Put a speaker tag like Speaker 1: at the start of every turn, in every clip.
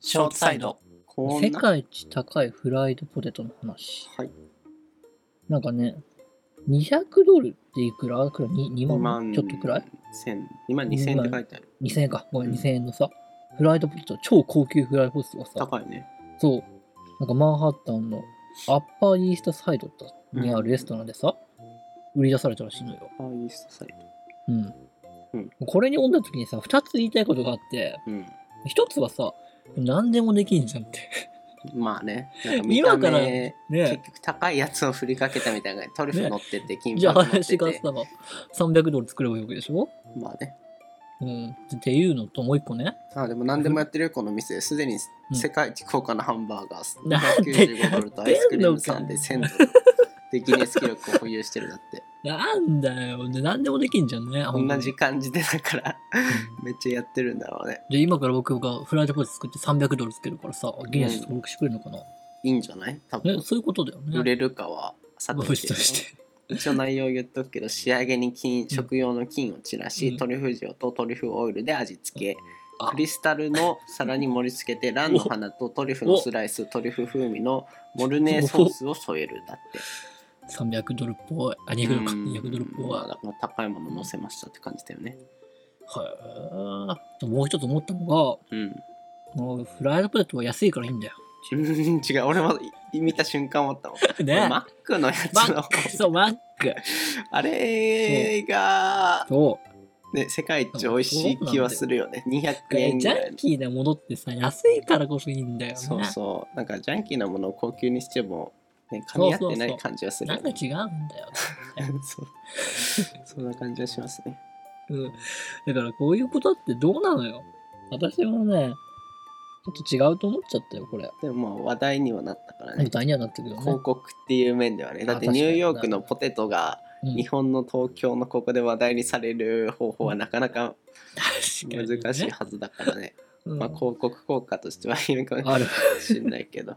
Speaker 1: ショートサイド。
Speaker 2: こんな
Speaker 3: 世界一高いフライドポテトの話。
Speaker 2: はい。
Speaker 3: なんかね、200ドルっていくらくらい 2,
Speaker 2: 2
Speaker 3: ?2 万ちょっとくらい
Speaker 2: 千2万2000円って書いてある。
Speaker 3: ?2000 円か。ごめ、
Speaker 2: うんん
Speaker 3: 2000円のさ、フライドポテト、超高級フライドポテトがさ、
Speaker 2: 高いね。
Speaker 3: そう、なんかマンハッタンのアッパーイーストサイドにあ
Speaker 2: うん
Speaker 3: るレストランでさ、売り出されたらしいのよ。
Speaker 2: ああ、イーストサイ
Speaker 3: うん。
Speaker 2: うん
Speaker 3: これに読んだ時にさ、2つ言いたいことがあって、
Speaker 2: ド。うん。
Speaker 3: 1つはさ、何でもできんじゃんって。
Speaker 2: まあね。なんか見た
Speaker 3: 今から
Speaker 2: 目
Speaker 3: ね、
Speaker 2: 結局高いやつを振りかけたみたいなトリュフ乗ってて、金
Speaker 3: じゃ
Speaker 2: 箔乗
Speaker 3: あ、
Speaker 2: って
Speaker 3: 林が
Speaker 2: て
Speaker 3: さ。、300ドル作ればいいわけでしょ
Speaker 2: まあね。
Speaker 3: うん。っていうのと、もう一個ね。
Speaker 2: あでも何でもやってるよこの店。すでに世界一高価なハンバーガー、
Speaker 3: なんで
Speaker 2: 195ドルとアイスクリームさんで
Speaker 3: やっ
Speaker 2: 1000ドル。で、ギネス記録を保有してるだって。
Speaker 3: なんだよ。で何でもできんじゃんね。ほんと
Speaker 2: 同
Speaker 3: に
Speaker 2: じ感じでだから、めっちゃやってるんだろうね。
Speaker 3: で、今から僕がフライドポテト作って300ドルつけるからさ、ギネス登録してくれるのかな、
Speaker 2: いいんじゃない多
Speaker 3: ね
Speaker 2: 分。
Speaker 3: そういうことだよね。
Speaker 2: 売れるかはさておき
Speaker 3: 武士として。
Speaker 2: 一応内容言っとくけど仕上げに金食用の金を散らし、
Speaker 3: うん
Speaker 2: トリュフ塩とトリュフオイルで味付け、
Speaker 3: あ
Speaker 2: クリスタルの皿に盛り付けてランの花とトリュフのスライストリュフ風味のモルネーソースを添えるだって
Speaker 3: 300ドルっぽい。あ、
Speaker 2: う
Speaker 3: 200ドルか。
Speaker 2: ん
Speaker 3: 200ドルっぽい。
Speaker 2: まあ
Speaker 3: は
Speaker 2: だから高いもの乗せましたって感じだよね
Speaker 3: い。でもう一つ思ったの
Speaker 2: うん
Speaker 3: が、もうフライドポテトは安いからいいんだよ。
Speaker 2: 違う俺もい見た瞬間思ったもん、
Speaker 3: ね
Speaker 2: マックのや
Speaker 3: マ
Speaker 2: つの
Speaker 3: ック、そう、マック。
Speaker 2: あれが、
Speaker 3: そ
Speaker 2: ね、世界一美味しい気はするよね200
Speaker 3: う。
Speaker 2: 円
Speaker 3: ジ
Speaker 2: ぐらい
Speaker 3: ャ
Speaker 2: の
Speaker 3: ンキーなものってさ、安いからこそいいんだよね。
Speaker 2: そうそう。なんかジャンキーなものを高級にしても、ね、噛み合ってな
Speaker 3: そうそうそ
Speaker 2: いう感じがする
Speaker 3: な
Speaker 2: よ
Speaker 3: んか
Speaker 2: ね。
Speaker 3: 違うんだよ。
Speaker 2: そう そんな感じがしますね。
Speaker 3: うん。だからこういうことってどうなのよ。私はね、ちょっと違うと思っちゃったよ、これ。
Speaker 2: でもまあ話題にはなったからね
Speaker 3: 舞。台にはなったけどね
Speaker 2: 広。告っていう面ではね。だって
Speaker 3: あ確
Speaker 2: ニ
Speaker 3: かに
Speaker 2: ューヨークのポテトが
Speaker 3: うん
Speaker 2: 日本の東京のここで話題にされる方法はなかなか
Speaker 3: 確かにね
Speaker 2: 難しいはずだからね。
Speaker 3: うん
Speaker 2: まあ広告効果としては有いかも
Speaker 3: ある。
Speaker 2: しれないけど。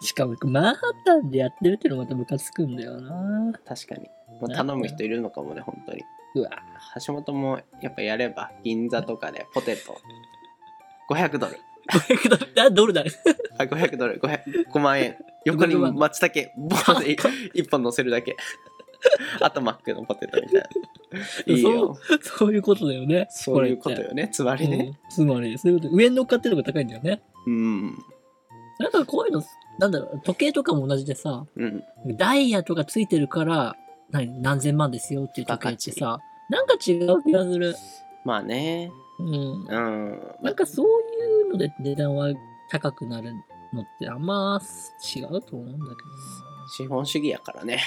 Speaker 3: しかも、マンハッタンでやってるっていうのがまたムカつくんだよな。
Speaker 2: 確かに。まあ、頼む人いるのかもね、本当に。
Speaker 3: う わ。
Speaker 2: 橋本もやっぱやれば銀座とかでポ テト500ドル。
Speaker 3: 500ドルだ、ドルだ。
Speaker 2: あ、500ドル、500 5万円。横に松 茸、ボーンで1本乗せるだけ。あとマックのポテトみたいな。いいよ。
Speaker 3: そういうことだよね。
Speaker 2: そういうこと
Speaker 3: れって。
Speaker 2: よね、つまりね。
Speaker 3: うんつまり、そういうこと。上に乗っかってるのが高いんだよね。
Speaker 2: うん。
Speaker 3: なんかこういうの、なんだろう、時計とかも同じでさ、
Speaker 2: うん。
Speaker 3: ダイヤとかついてるから、何何千万ですよっていう時計ってさ、なんか違う気がする。
Speaker 2: まあね。
Speaker 3: うん。
Speaker 2: うん。
Speaker 3: なんかそういうので値段は高くなるのってあんま違うと思うんだ
Speaker 2: 資本主義やからね。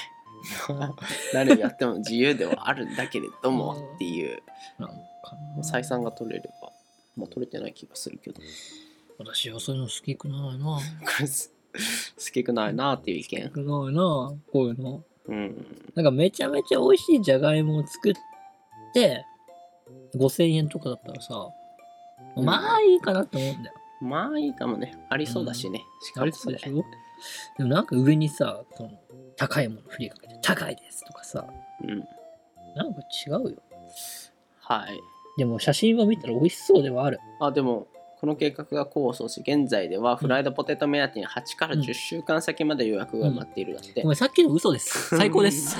Speaker 2: 誰やっても自由ではあるんだけれどもっていう。
Speaker 3: けどな。なんかな
Speaker 2: 採算が取れれば。もう取れてない気がするけど。こ
Speaker 3: 私はそういうの好きくないな。
Speaker 2: れす、好きくないなっていう意
Speaker 3: 好き
Speaker 2: 見。
Speaker 3: くないな、こういうの。
Speaker 2: うん。
Speaker 3: なんかめちゃめちゃ美味しいじゃがいもを作って、5000円とかだったらさ、
Speaker 2: うん
Speaker 3: まあいいかなって思うんだよ。
Speaker 2: まあいいかもね。ありそうだしね。しか
Speaker 3: あ
Speaker 2: も
Speaker 3: れそうでしょでもなんか上にさ、その高いもの振りかけて、高いですとかさ、
Speaker 2: うん。
Speaker 3: なんか違うよ。
Speaker 2: はい。
Speaker 3: でも写真を見たら美味しそうではある。
Speaker 2: あでもこの計画が功を奏し現在ではフライドポテト目当てに8から10週間先まで予約が埋まっているだって、
Speaker 3: ごめん、さっきの嘘です。最高です。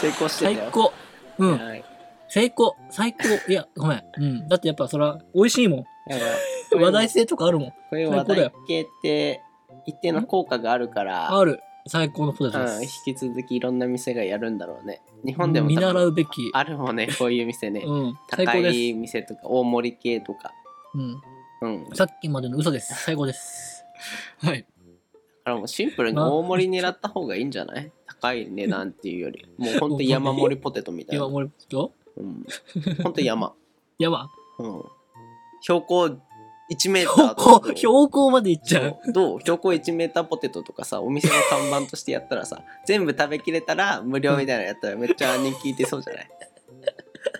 Speaker 2: 成功してた
Speaker 3: 最
Speaker 2: よ
Speaker 3: 高。うん、
Speaker 2: はい
Speaker 3: 成功。最高。いや、ごめん。うん。だってやっぱそれは美味しいも。
Speaker 2: だからこうんいう
Speaker 3: 話題性とかあるもん。
Speaker 2: こういう話
Speaker 3: 最高だよ
Speaker 2: 題系って一定の効果があるから、
Speaker 3: ある。最高のポテトで
Speaker 2: うん、
Speaker 3: す。
Speaker 2: 引き続きいろんな店がやるんだろうね日本でも
Speaker 3: 見
Speaker 2: 多分
Speaker 3: 習うべき。
Speaker 2: あるもんねこういう店ね、
Speaker 3: うん。最
Speaker 2: 高
Speaker 3: 高で
Speaker 2: い
Speaker 3: す。
Speaker 2: 店とか大盛り系とか
Speaker 3: うん。
Speaker 2: うんだ
Speaker 3: さっきまでの嘘です。最高 です。はい。
Speaker 2: からもうシンプルに
Speaker 3: まあ
Speaker 2: 大盛り狙った方がいいんじゃない高い値段っていうよりもうほんと山盛りポテトみたい
Speaker 3: で
Speaker 2: な
Speaker 3: は、俺、ちょっと
Speaker 2: うん、ほんと山
Speaker 3: やば。
Speaker 2: うん標高1メーター
Speaker 3: 標
Speaker 2: と
Speaker 3: 高
Speaker 2: かどう、
Speaker 3: 標高までいっちゃう。
Speaker 2: そうどう標高1メーターポテトとかさお店の看板としてやったらさ全部食べきれたら無料みたいなのやったらめっちゃ人気いてそうじ ゃない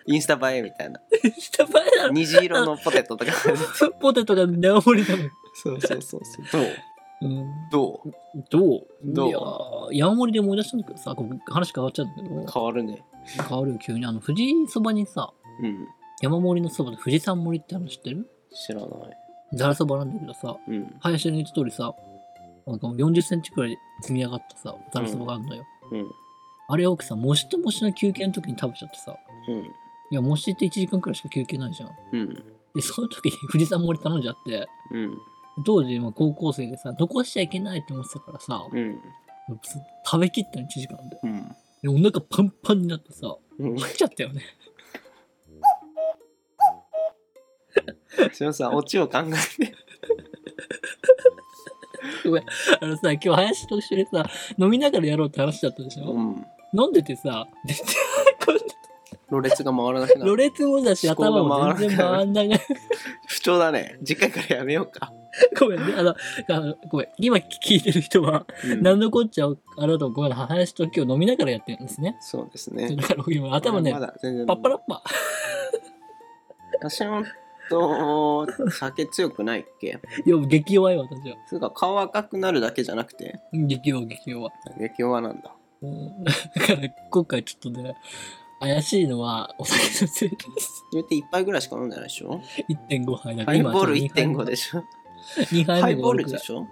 Speaker 2: インスタ映えみたいな
Speaker 3: 下前だろ。
Speaker 2: 虹色のポテトとか
Speaker 3: ポテトが山盛りだもん。
Speaker 2: そうそうそうそうどう
Speaker 3: うん。
Speaker 2: どう
Speaker 3: どう
Speaker 2: どう
Speaker 3: いやー山盛りで思い出したんだけどさ、こう話変わっちゃうんだけど、
Speaker 2: 変わるね
Speaker 3: 変わるよ急に。あの、富士そばにさ、
Speaker 2: うん
Speaker 3: 山盛りのそばで富士山盛りって話知ってる
Speaker 2: 知らない
Speaker 3: ざらそばなんだけどさ、
Speaker 2: うん
Speaker 3: 林の言った通りさ、なんかもう40センチくらい積み上がったさ、ざらそばがあるのよ。
Speaker 2: うん
Speaker 3: あれ奥さん、もしともしの休憩の時に食べちゃってさ、
Speaker 2: うん
Speaker 3: いや、もしって1時間くらいしか休憩ないじゃん。
Speaker 2: うん
Speaker 3: で、その時に富士山盛り頼んじゃって、
Speaker 2: うん
Speaker 3: 当時、まあ高校生でさ、残しちゃいけないって思ってたからさ、
Speaker 2: うん
Speaker 3: 食べきったの1時間で。
Speaker 2: うん
Speaker 3: で、お腹パンパンになってさ、
Speaker 2: うん
Speaker 3: 吐いちゃったよね。
Speaker 2: しのさんオチを考えて
Speaker 3: あのさ、今日林と一緒にさ、飲みながらやろうって話だったでしょ、
Speaker 2: うん
Speaker 3: 飲んでてさ、 全然こんな
Speaker 2: ろれつが回らなくな
Speaker 3: ろ
Speaker 2: る
Speaker 3: れつもだし、
Speaker 2: 思考が
Speaker 3: 頭も全然回んながら、
Speaker 2: 不調だね次回からやめようか、
Speaker 3: ごめんね、あの、あのごめん、今聞いてる人は、
Speaker 2: うん
Speaker 3: 何のこっちゃあなたもごめんなさい、林と今日飲みながらやってるんですね。
Speaker 2: そうです
Speaker 3: だ
Speaker 2: ね
Speaker 3: から今、頭ね
Speaker 2: ま、だ全然
Speaker 3: パッパラッパ。
Speaker 2: 私もと酒強くないっけ
Speaker 3: いや、激弱いわ、私は。
Speaker 2: そうか顔赤くなるだけじゃなくて
Speaker 3: 激弱、激弱。
Speaker 2: 激弱なんだ
Speaker 3: うんだから、今回ちょっとね、怪しいのは、お酒のせいです。
Speaker 2: 言って1杯ぐらいしか飲んでないでしょ
Speaker 3: 1.5杯だか
Speaker 2: ハ
Speaker 3: ら、
Speaker 2: イボール
Speaker 3: ちょっと二杯目
Speaker 2: 1.5でしょ
Speaker 3: 二杯目
Speaker 2: ハイボールで
Speaker 3: で
Speaker 2: しょ
Speaker 3: ハ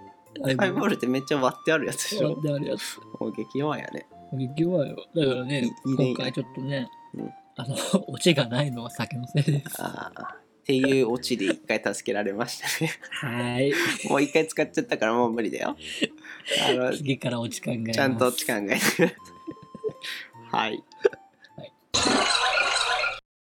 Speaker 2: ハ
Speaker 3: イ
Speaker 2: イ
Speaker 3: ボー
Speaker 2: ボー
Speaker 3: ル
Speaker 2: ルってめっちゃ割ってあるやつでしょ
Speaker 3: であるやつ。
Speaker 2: もう激弱やね
Speaker 3: 激弱よ。だから
Speaker 2: いい
Speaker 3: ね
Speaker 2: ね、
Speaker 3: 今回ちょっとね
Speaker 2: うん、
Speaker 3: あの、 オチがないのは酒のせいです。
Speaker 2: ああっていうオチで一回助けられましたね
Speaker 3: はい。
Speaker 2: もう一回使っちゃったからもう無理だよあ の
Speaker 3: 次からオチ考えます。
Speaker 2: ちゃんとオチ考えてはい